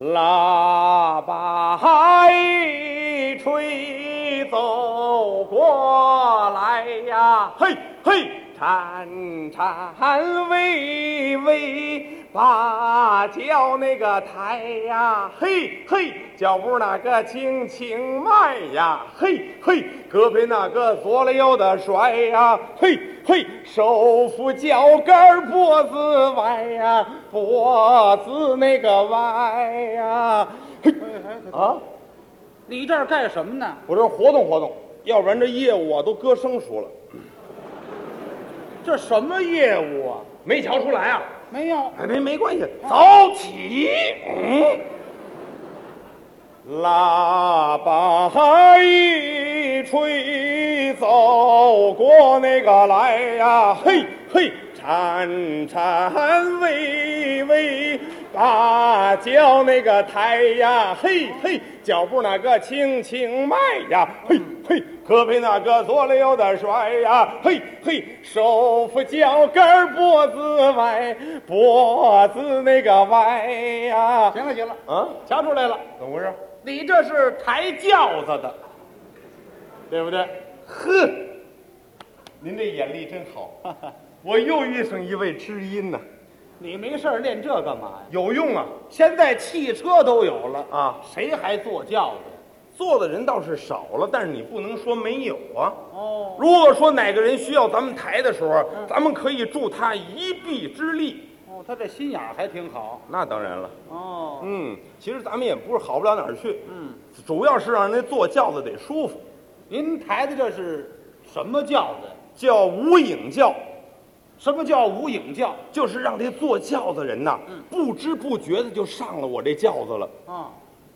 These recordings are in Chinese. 喇叭一吹走过来呀，嘿嘿，颤颤巍巍把脚那个抬呀，嘿嘿，脚步那个轻轻迈呀，嘿嘿，胳膊那个左了右的甩呀，嘿嘿，手扶脚跟儿脖子歪呀，脖子那个歪呀，嘿啊，你这儿干什么呢？我这活动活动，要不然这业务啊都搁生疏了。这什么业务啊？没瞧出来啊？没有，哎，没没关系，早起。嗯喇叭一吹走过那个来呀，嘿嘿，颤颤巍巍把脚那个抬呀，嘿嘿，脚步那个轻轻迈呀，嘿嘿，胳膊那个左了右的甩呀，嘿嘿，手扶脚跟儿脖子歪，脖子那个歪呀，行了行了，啊，瞧出来了。怎么回事？你这是抬轿子的，对不对？呵，您这眼力真好，我又遇上一位知音呢、你没事儿练这干嘛呀？有用啊现在汽车都有了，啊！谁还坐轿子呀？做的人倒是少了，但是你不能说没有啊。哦，如果说哪个人需要咱们抬的时候，咱们可以助他一臂之力。哦，他这心眼儿还挺好。那当然了，哦，嗯，其实咱们也不是好不了哪儿去，嗯，主要是让人家坐轿子得舒服，您抬的这是什么轿子呀？叫无影轿，什么叫无影轿？就是让这坐轿子人呐，不知不觉的就上了我这轿子了。啊，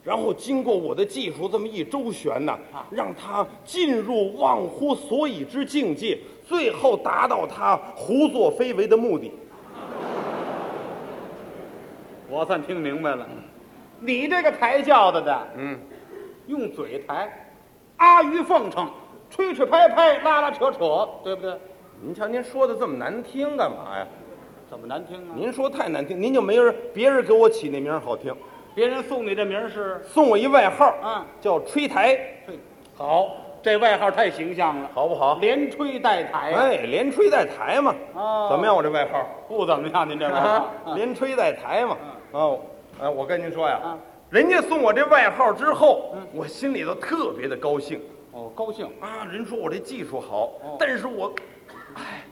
然后经过我的技术这么一周旋呐，啊让他进入忘乎所以之境界，最后达到他胡作非为的目的。我算听明白了。你这个抬轿子的，嗯，用嘴抬，阿谀奉承，吹吹拍拍，拉拉扯扯，对不对？您瞧您说的这么难听干嘛呀？怎么难听啊？您说太难听，您就没人别人给我起那名儿好听，别人送你这名儿是送我一外号，啊，叫吹台，吹，好，这外号太形象了，好不好？连吹带抬。，哎，连吹带抬嘛，哦怎么样？我这外号？不怎么样，您这外号。 连吹带抬嘛。哦，哎，我跟您说呀啊，人家送我这外号之后，我心里头特别的高兴哦，高兴。啊。人说我这技术好哦，但是我，哎，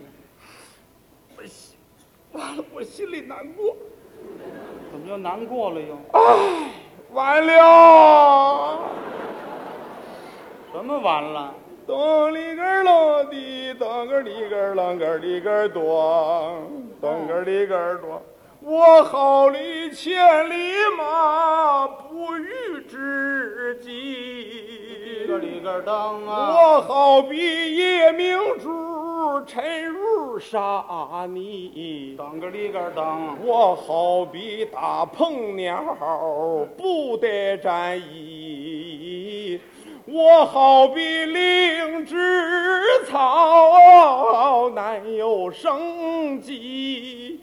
我心，完了，我心里难过。怎么又难过了又？完了，什么完了？咚里个啷的，咚个里个啷个里个咚，咚个里个咚。我好里千里马，不遇知一己。个里个当啊！我好比夜明珠沉入沙泥，当个里个当，我好比大鹏鸟不得沾衣，我好比灵芝草难有生机。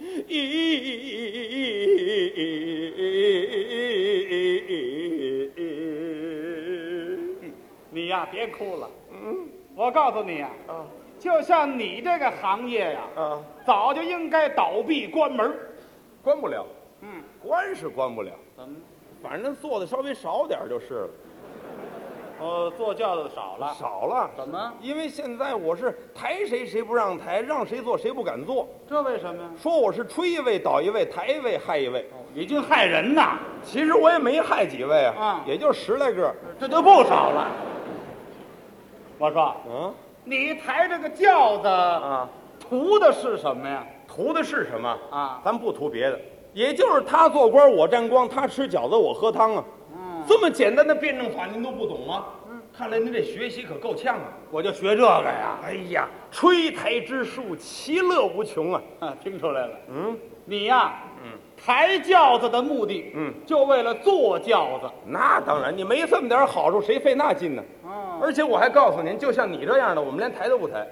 你呀别哭了。嗯，啊我告诉你呀，就像你这个行业呀，啊，早就应该倒闭关门儿。关不了，嗯，关是关不了。怎么？反正做的稍微少点儿就是了，呃，坐轿子少了？少了。怎么？因为现在我是抬谁谁不让抬，让谁做谁不敢做，这为什么呀？哦说我是吹一位倒一位，抬一位害一位。已经害人呐，其实我也没害几位啊啊，也就十来个。这都不少了。我说，嗯你抬这个轿子啊，图的是什么呀？ 图的是什么啊咱不图别的，也就是他做官我沾光，他吃饺子我喝汤啊。嗯，这么简单的辩证法您都不懂吗？看来您这学习可够呛啊！我就学这个呀。哎呀，吹台之术，其乐无穷啊！啊，听出来了，嗯，你呀，嗯，抬轿子的目的，嗯，就为了坐轿子。那当然，你没这么点好处，谁费那劲呢？啊，而且我还告诉您，就像你这样的，我们连抬都不抬。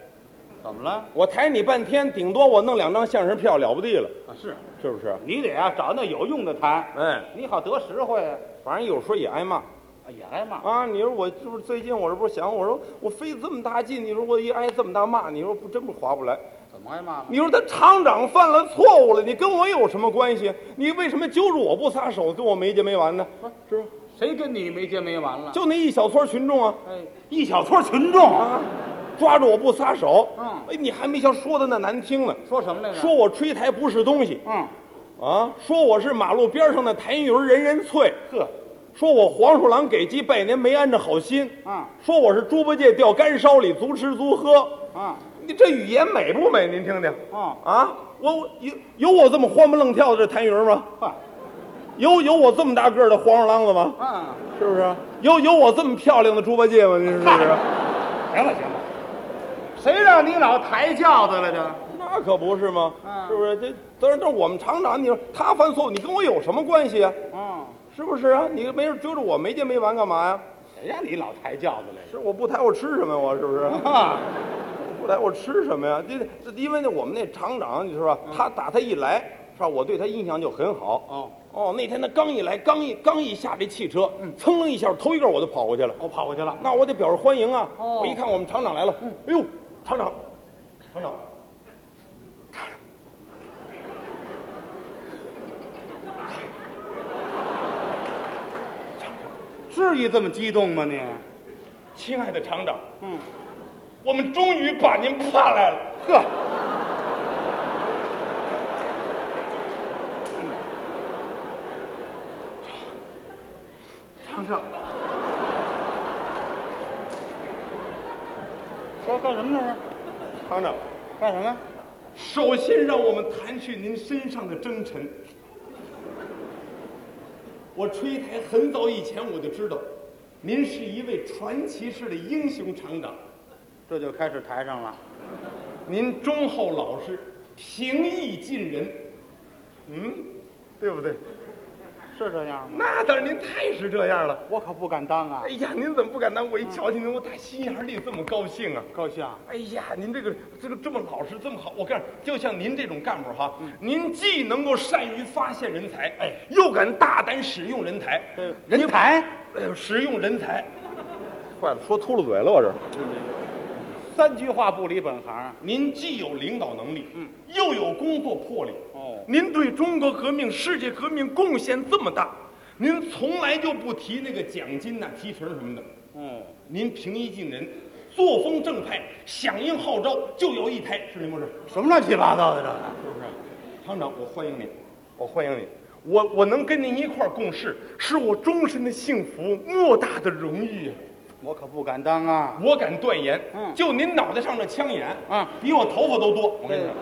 怎么了？我抬你半天，顶多我弄两张相声票了不地了，啊，是是不是？你得啊找那有用的谈，哎，你好得实惠啊，反正有时候也挨骂啊也挨骂。啊。你说我是不是最近我这不是想我说我费这么大劲，你说我一挨这么大骂，你说不真不划不来。怎么挨骂了？你说他厂长犯了错误了，你跟我有什么关系？你为什么揪住我不撒手，跟我没结没完呢？是吧？谁跟你没结没完了？就那一小撮群众啊哎，一小撮群众啊，抓住我不撒手，嗯哎，你还没像说的那难听呢，说什么来着？说我吹台不是东西嗯，啊，说我是马路边上的痰盂儿人人啐，呵，说我黄鼠狼给鸡拜年没安着好心，嗯说我是猪八戒掉干烧里足吃足喝，啊你这语言美不美？您听听啊，啊，我我有有我这么欢蹦愣跳的这痰盂儿吗？快有有我这么大个儿的黄鼠狼子吗？啊！是不是？有有我这么漂亮的猪八戒吗？您是不 是？行了行了，谁让你老抬轿子了这？那可不是吗？嗯是不是？这当然，这我们厂长，你说他犯错误，你跟我有什么关系啊？嗯，是不是啊？你没事揪着我没见没完干嘛呀？谁让你老抬轿子来 是我不抬我吃什么呀？我是不 是？着？啊，不来我吃什么呀？这这因为呢，我们那厂长，你说吧，他打他一来，是吧？我对他印象就很好。哦哦，那天他刚一来，刚一刚一下这汽车，噌楞一下，头一个我就跑过去了。我跑过去了。那我得表示欢迎啊！哦我一看我们厂长来了，哎呦，厂长，厂长，至于这么激动吗你？亲爱的厂长，嗯，我们终于把您盼来了。呵，嗯长长，干干什么呢？厂长，干什么？首先让我们谈去您身上的征尘。我吹台很早以前我就知道，您是一位传奇式的英雄厂长，这就开始抬上了。您忠厚老实，平易近人，嗯，对不对？是这样吗？那当然，您太是这样了。我可不敢当啊哎！呀，您怎么不敢当？我一瞧见您，我打心眼儿里这么高兴啊！高兴啊，哎呀，您这个这个这么老实，这么好，我告诉你，就像您这种干部哈，您既能够善于发现人才，嗯哎，嗯又敢大胆使用人才，人才呃，使用人才。 坏了，说秃噜嘴了，我这。三句话不离本行。您既有领导能力，嗯，又有工作魄力。哦您对中国革命、世界革命贡献这么大，您从来就不提那个奖金呐、提成什么的。嗯，您平易近人，作风正派，响应号召，就有一台，是您不是？什么乱七八糟的这个？是不是？厂长，我欢迎你，我欢迎你，我我能跟您一块儿共事，是我终身的幸福，莫大的荣誉啊！我可不敢当啊！我敢断言，嗯就您脑袋上这枪眼，嗯啊，比我头发都多。我跟你对说，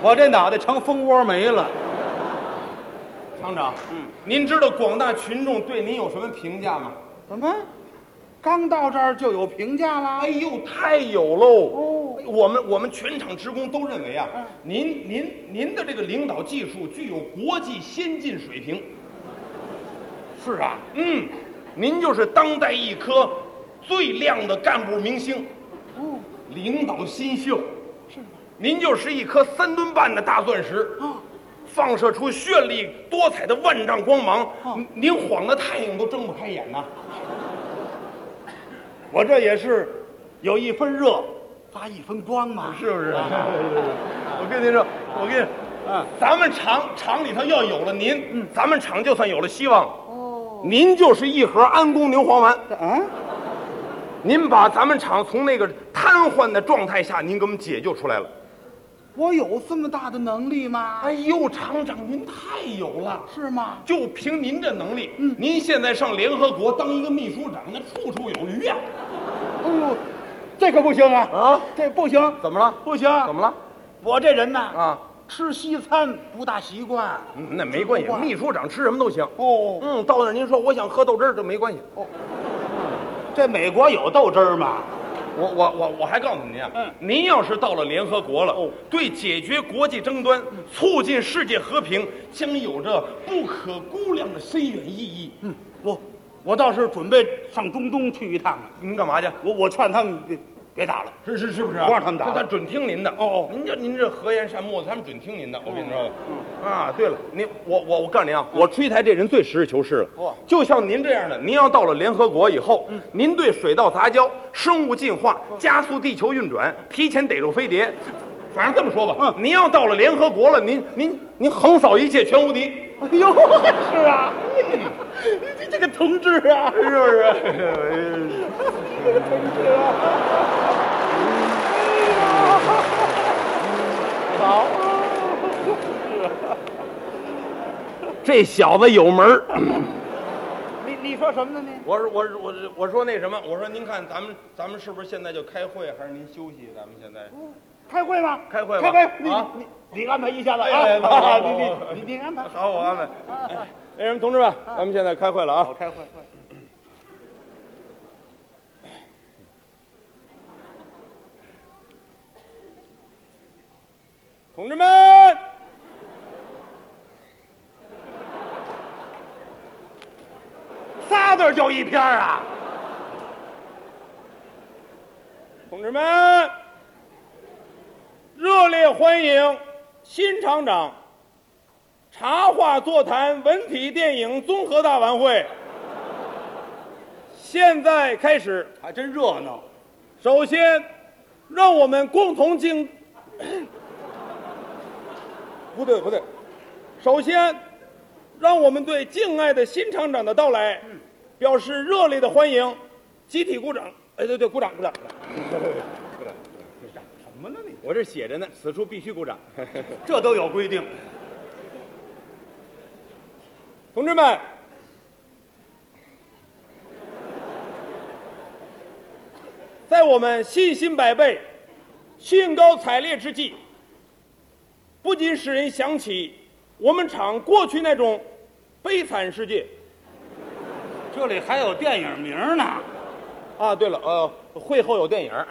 我这脑袋成蜂窝煤了。厂长，嗯，您知道广大群众对您有什么评价吗？怎么？刚到这儿就有评价啦？哎呦，太有喽！哦我们我们全场职工都认为啊嗯，您您您的这个领导技术具有国际先进水平。是啊，嗯，您就是当代一颗最亮的干部明星，哦，领导新秀。是吗？您就是一颗三吨半的大钻石，啊，放射出绚丽多彩的万丈光芒哦。您您晃的太阳都睁不开眼呐！ 我这也是有一分热，发一分光嘛。是不是？我跟您说，我跟你说，嗯，咱们厂厂里头要有了您，咱们厂就算有了希望。哦，您就是一盒安宫牛黄丸，啊，您把咱们厂从那个瘫痪的状态下，您给我们解救出来了。我有这么大的能力吗？哎呦，厂长您太有了！是吗？就凭您这能力，嗯，您现在上联合国当一个秘书长，那处处有余呀、哎呦，这可不行啊！啊！这不行，怎么了？不行，怎么了？我这人呐，啊，吃西餐不大习惯。嗯那没关系这话，秘书长吃什么都行。哦，嗯，到那儿您说我想喝豆汁儿，这没关系。这美国有豆汁儿吗？我我我我还告诉您啊，嗯您要是到了联合国了，哦，对解决国际争端、促进世界和平，将有着不可估量的深远意义。嗯，我我倒是准备上中东去一趟呢。啊您干嘛去？我我劝他们别别打了，是是是啊不是？不让他们打那他准听您的。哦哦您这您这和颜善目，他们准听您的。我跟你说，嗯啊，对了，您我我我告诉您啊，我吹台这人最实事求是了。哦就像您这样的，您要到了联合国以后，嗯您对水稻杂交、生物进化、加速地球运转、提前逮住飞碟，反正这么说吧，嗯，您要到了联合国了，您您您横扫一切，全无敌，嗯哎呦，是啊， 你这这个同志啊，是不是？ 这小子有门儿。你你说什么呢？你我说我说我说我说那什么，我说您看咱们咱们是不是现在就开会，还是您休息？咱们现在开会吧，开会吧开会，你啊你你安排一下子哎哎哎啊，哎你哎哎 你你你安排，好，我安排。啊，那什么，同志们，咱们现在开会了啊好，！开会会。同志们，仨字儿就一篇儿啊！同志们，热烈欢迎新厂长茶话座谈文体电影综合大晚会，现在开始。还真热闹。首先，让我们共同敬。 不对，不对。首先，让我们对敬爱的新厂长的到来表示热烈的欢迎，集体鼓掌。哎，对对，鼓 掌，鼓掌。什么呢你？我这写着呢，此处必须鼓掌。这都有规定。同志们，在我们信心百倍、兴高采烈之际，不禁使人想起我们厂过去那种悲惨世界。这里还有电影名呢。啊，对了，呃，会后有电影儿。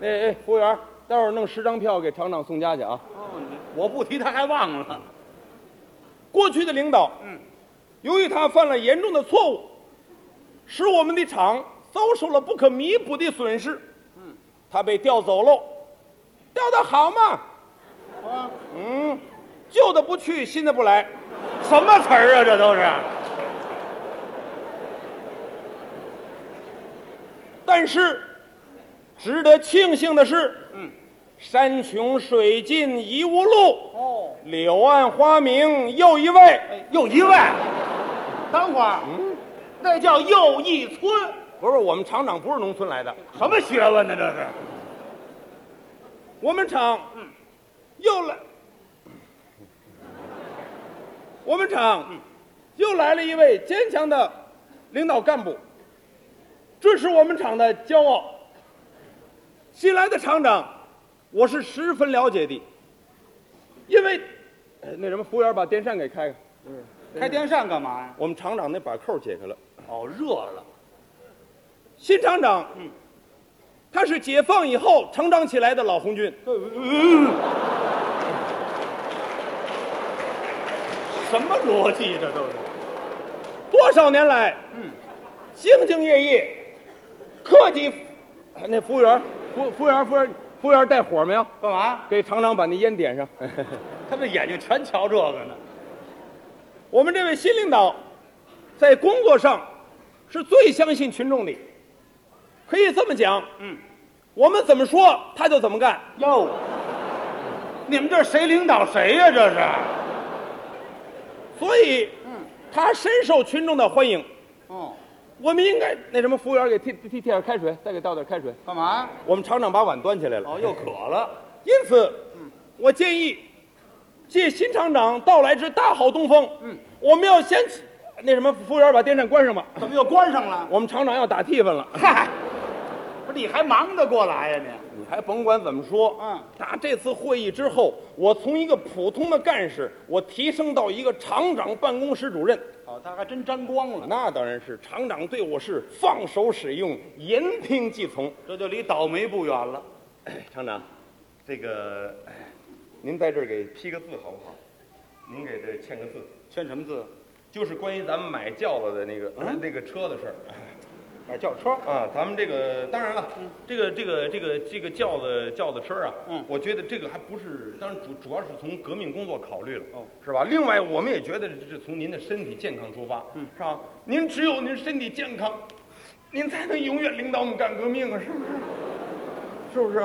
那哎，服务员，待会儿弄十张票给厂长送家去啊。哦，你我不提他还忘了。过去的领导，嗯，由于他犯了严重的错误，使我们的厂遭受了不可弥补的损失。嗯，他被调走喽，调的好嘛，嗯啊，旧的不去，新的不来。什么词儿啊？这都是。但是，值得庆幸的是，嗯，山穷水尽疑无路，哦，柳暗花明又一位。哎，又一位。等会儿，嗯，那叫又一村，不是，我们厂长不是农村来的。什么学问呢？这是。我们厂又来，我们厂又来了一位坚强的领导干部，这是我们厂的骄傲。新来的厂长，我是十分了解的，因为呃那什么，服务员把电扇给开开，开电扇干嘛呀？我们厂长那把扣解开了。啊哦，热了。嗯新厂长，他是解放以后成长起来的老红军。什么逻辑？这都是。多少年来，嗯，兢兢业业，克己。哎那服务员，服服务员，服务员，服务员带火没有？干嘛？给厂长把那烟点上。 他这眼睛全瞧这个呢。我们这位新领导，在工作上是最相信群众的，可以这么讲，嗯，我们怎么说他就怎么干。哟，你们这谁领导谁呀、这是。所以，嗯，他深受群众的欢迎。哦，我们应该那什么，服务员给替替点开水，再给倒点开水。干嘛？我们厂长把碗端起来了。哦，又渴了。因此，我建议借新厂长到来之大好东风，嗯，我们要先那什么，服务员把电扇关上吧。怎么又关上了？我们厂长要打气氛了。嗨，不是你还忙得过来呀、你？你还甭管怎么说，嗯，打这次会议之后，我从一个普通的干事，我提升到一个厂长办公室主任。哦，他还真沾光了，那当然是厂长对我是放手使用，言听计从。哎这就离倒霉不远了。厂长，这个哎您在这儿给批个字好不好？您给这签个字，签什么字？呃就是关于咱们买轿子的那个、那个车的事儿。嗯买轿车。啊，咱们这个当然了，这个这个这个这个轿子轿子车啊，嗯我觉得这个还不是，当然主主要是从革命工作考虑了，哦，是吧？另外，我们也觉得这是从您的身体健康出发，嗯，是吧？您只有您身体健康，您才能永远领导我们干革命啊，是不是？是不是？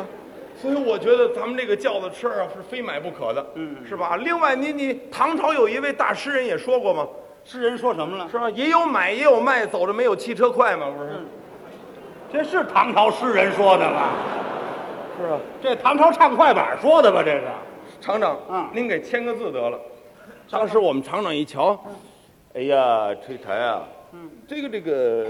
所以我觉得咱们这个轿子车啊是非买不可的，嗯，是吧？另外，你你唐朝有一位大诗人也说过嘛，诗人说什么了？是吧？也有买也有卖，走着没有汽车快嘛，不是？这是唐朝诗人说的吗？是啊。这唐朝唱快板说的吧？这是厂长，嗯您给签个字得了。当时我们厂长一瞧，嗯哎呀，崔台啊，嗯，这个这个，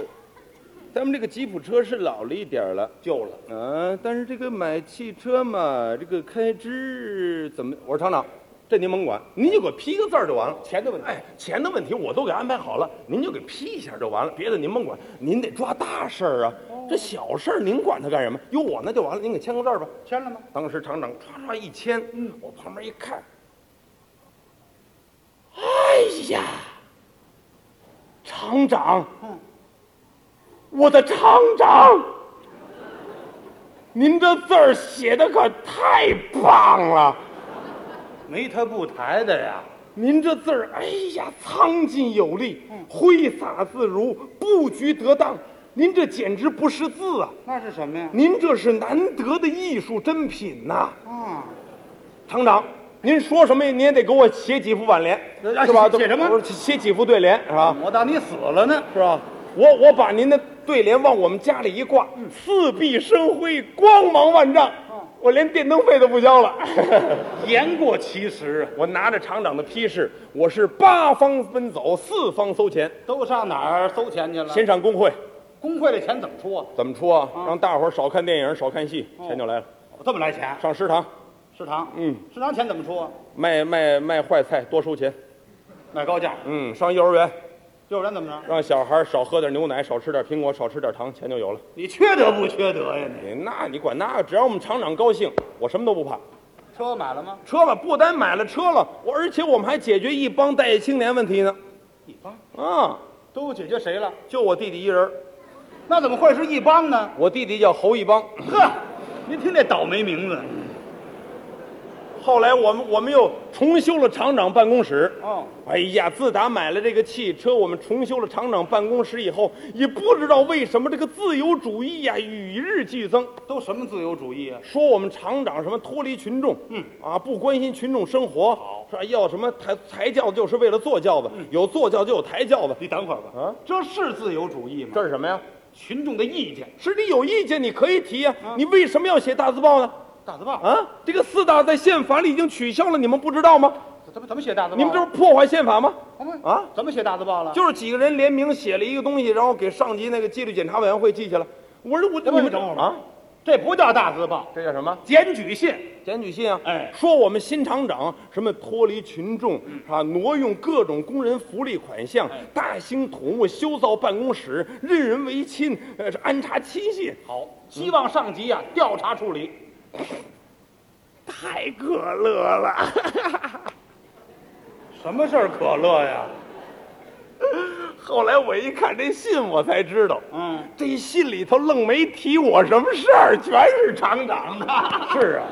咱们这个吉普车是老了一点儿了，旧了。嗯、但是这个买汽车嘛，这个开支怎么？我说厂长，这您甭管，您就给我批个字儿就完了。钱的问题哎，钱的问题我都给安排好了，您就给批一下就完了，别的您甭管，您得抓大事儿啊。哦这小事儿您管它干什么？有我那就完了，您给签个字儿吧。签了吗？当时厂长唰唰一签，我旁边一看，哎呀，厂长，我的厂长，您这字儿写的可太棒了，没他不抬的呀。您这字儿，哎呀，苍劲有力，挥洒自如，布局得当，您这简直不识字啊！那是什么呀？您这是难得的艺术珍品呐、啊，厂长，您说什么您也得给我写几副挽联，啊是吧？写写什么我说写几副对联，是吧？我当你死了呢。是吧？我我把您的对联往我们家里一挂，嗯四壁生辉，光芒万丈，我连电灯费都不交了。哦 言过其实啊，我拿着厂长的批示，我是八方奔走，四方搜钱，都上哪儿搜钱去了？先上工会，工会的钱怎么出啊？怎么出啊？让大伙儿少看电影，少看戏，钱就来了。哦这么来钱？上食堂食堂，嗯，食堂钱怎么出啊？卖卖卖坏菜，多收钱。买高价。嗯，上幼儿园幼儿园怎么着？让小孩儿少喝点牛奶，少吃点苹果，少吃点糖，钱就有了。你缺德不缺德呀？你哎那你管那个，只要我们厂长高兴，我什么都不怕。车买了吗？车吧，不单买了车了，我而且我们还解决一帮待业青年问题呢。一帮啊，都解决谁了？就我弟弟一人儿，那怎么会是一帮呢？我弟弟叫侯一帮。呵，嗯您听这倒霉名字。后来我们我们又重修了厂长办公室。哦，哎呀，自打买了这个汽车，我们重修了厂长办公室以后，也不知道为什么这个自由主义呀、与日俱增。都什么自由主义啊？说我们厂长什么脱离群众，嗯啊，不关心群众生活，是吧？要什么抬抬轿子就是为了坐轿子，有坐轿就有抬轿子。你等会儿吧。啊，这是自由主义吗？这是什么呀？群众的意见。是你有意见你可以提呀、你为什么要写大字报呢？大字报，啊，这个四大在宪法里已经取消了，你们不知道吗？怎么怎么写大字报？你们这不是破坏宪法吗？这啊，怎么写大字报了？就是几个人联名写了一个东西，然后给上级那个纪律检查委员会寄去了。我说我你等会儿们等会儿啊，这不叫大字报，这叫什么？检举信。检举信啊，哎嗯说我们新厂长什么脱离群众啊，挪用各种工人福利款项，哎大兴土木修造办公室，任人唯亲，呃，是安插亲信，好，希望上级啊调查处理。太可乐了。 什么事儿可乐呀？后来我一看这信，我才知道，嗯，这信里头愣没提我什么事儿，全是厂长的。是啊，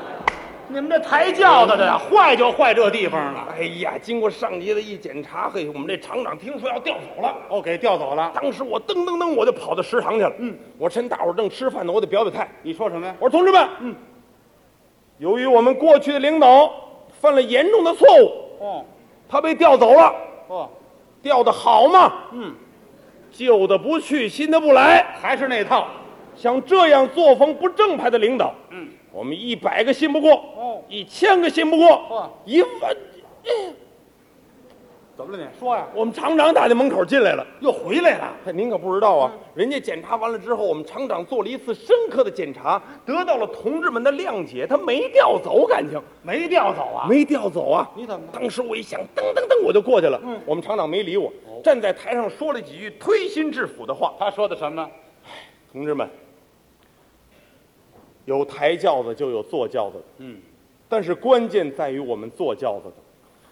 你们这抬轿子的嗯呀，坏就坏这地方了。哎呀，经过上级的一检查，嘿，我们这厂长听说要调走了。哦，给调走了。当时我噔噔噔，我就跑到食堂去了。嗯，我趁大伙儿正吃饭呢，我得表表态。你说什么呀？我说同志们，嗯，由于我们过去的领导犯了严重的错误，哦他被调走了。哦，调的好嘛，嗯，旧的不去，新的不来。还是那套。像这样作风不正派的领导，嗯，我们一百个信不过，哦一千个信不过嚯，一万。怎么了你？说呀，我们厂长打进门口进来了。又回来了。哎您可不知道啊，人家检查完了之后，我们厂长做了一次深刻的检查，得到了同志们的谅解，他没调走，感情没调走啊？没调走啊。你怎么了当时我一想，噔噔噔，我就过去了。我们厂长没理我，站在台上说了几句推心置腹的话。他说的什么？同志们，有抬轿子就有坐轿子的，嗯，但是关键在于我们坐轿子的。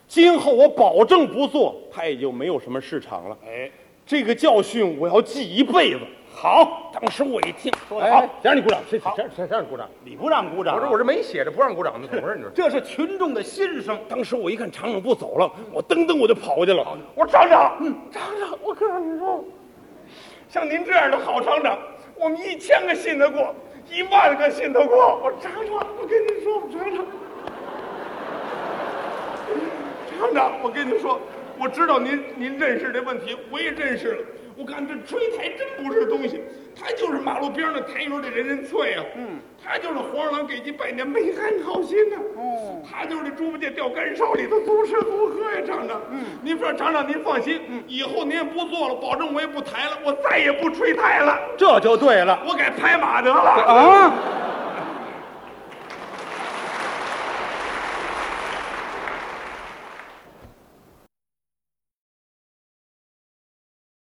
今后我保证不做，他也就没有什么市场了。哎，这个教训我要记一辈子。好，当时我一听，说哎好，谁让你鼓掌？谁好谁谁谁让你鼓掌？你不让鼓掌我啊，说我这没写着不让鼓掌的，怎么着？你说，这是群众的心声。当时我一看厂长不走了，我噔噔我就跑过去了。我说厂长，嗯，厂长，我告诉你说，像您这样的好厂长，我们一千个信得过，一万个信得过。我说厂长，我跟你说，厂长，厂长，我跟你说，我知道您您认识这问题，我也认识了。我看这吹台真不是东西，他就是马路边儿的台油的人人脆啊。嗯，他就是黄鼠狼给鸡拜年没安好心呢、哦，他就是这猪八戒掉干烧里头足吃足喝呀，厂长。嗯，您说厂长您放心，嗯，以后您也不做了，保证我也不抬了，我再也不吹台了，这就对了，我改拍马得了。啊，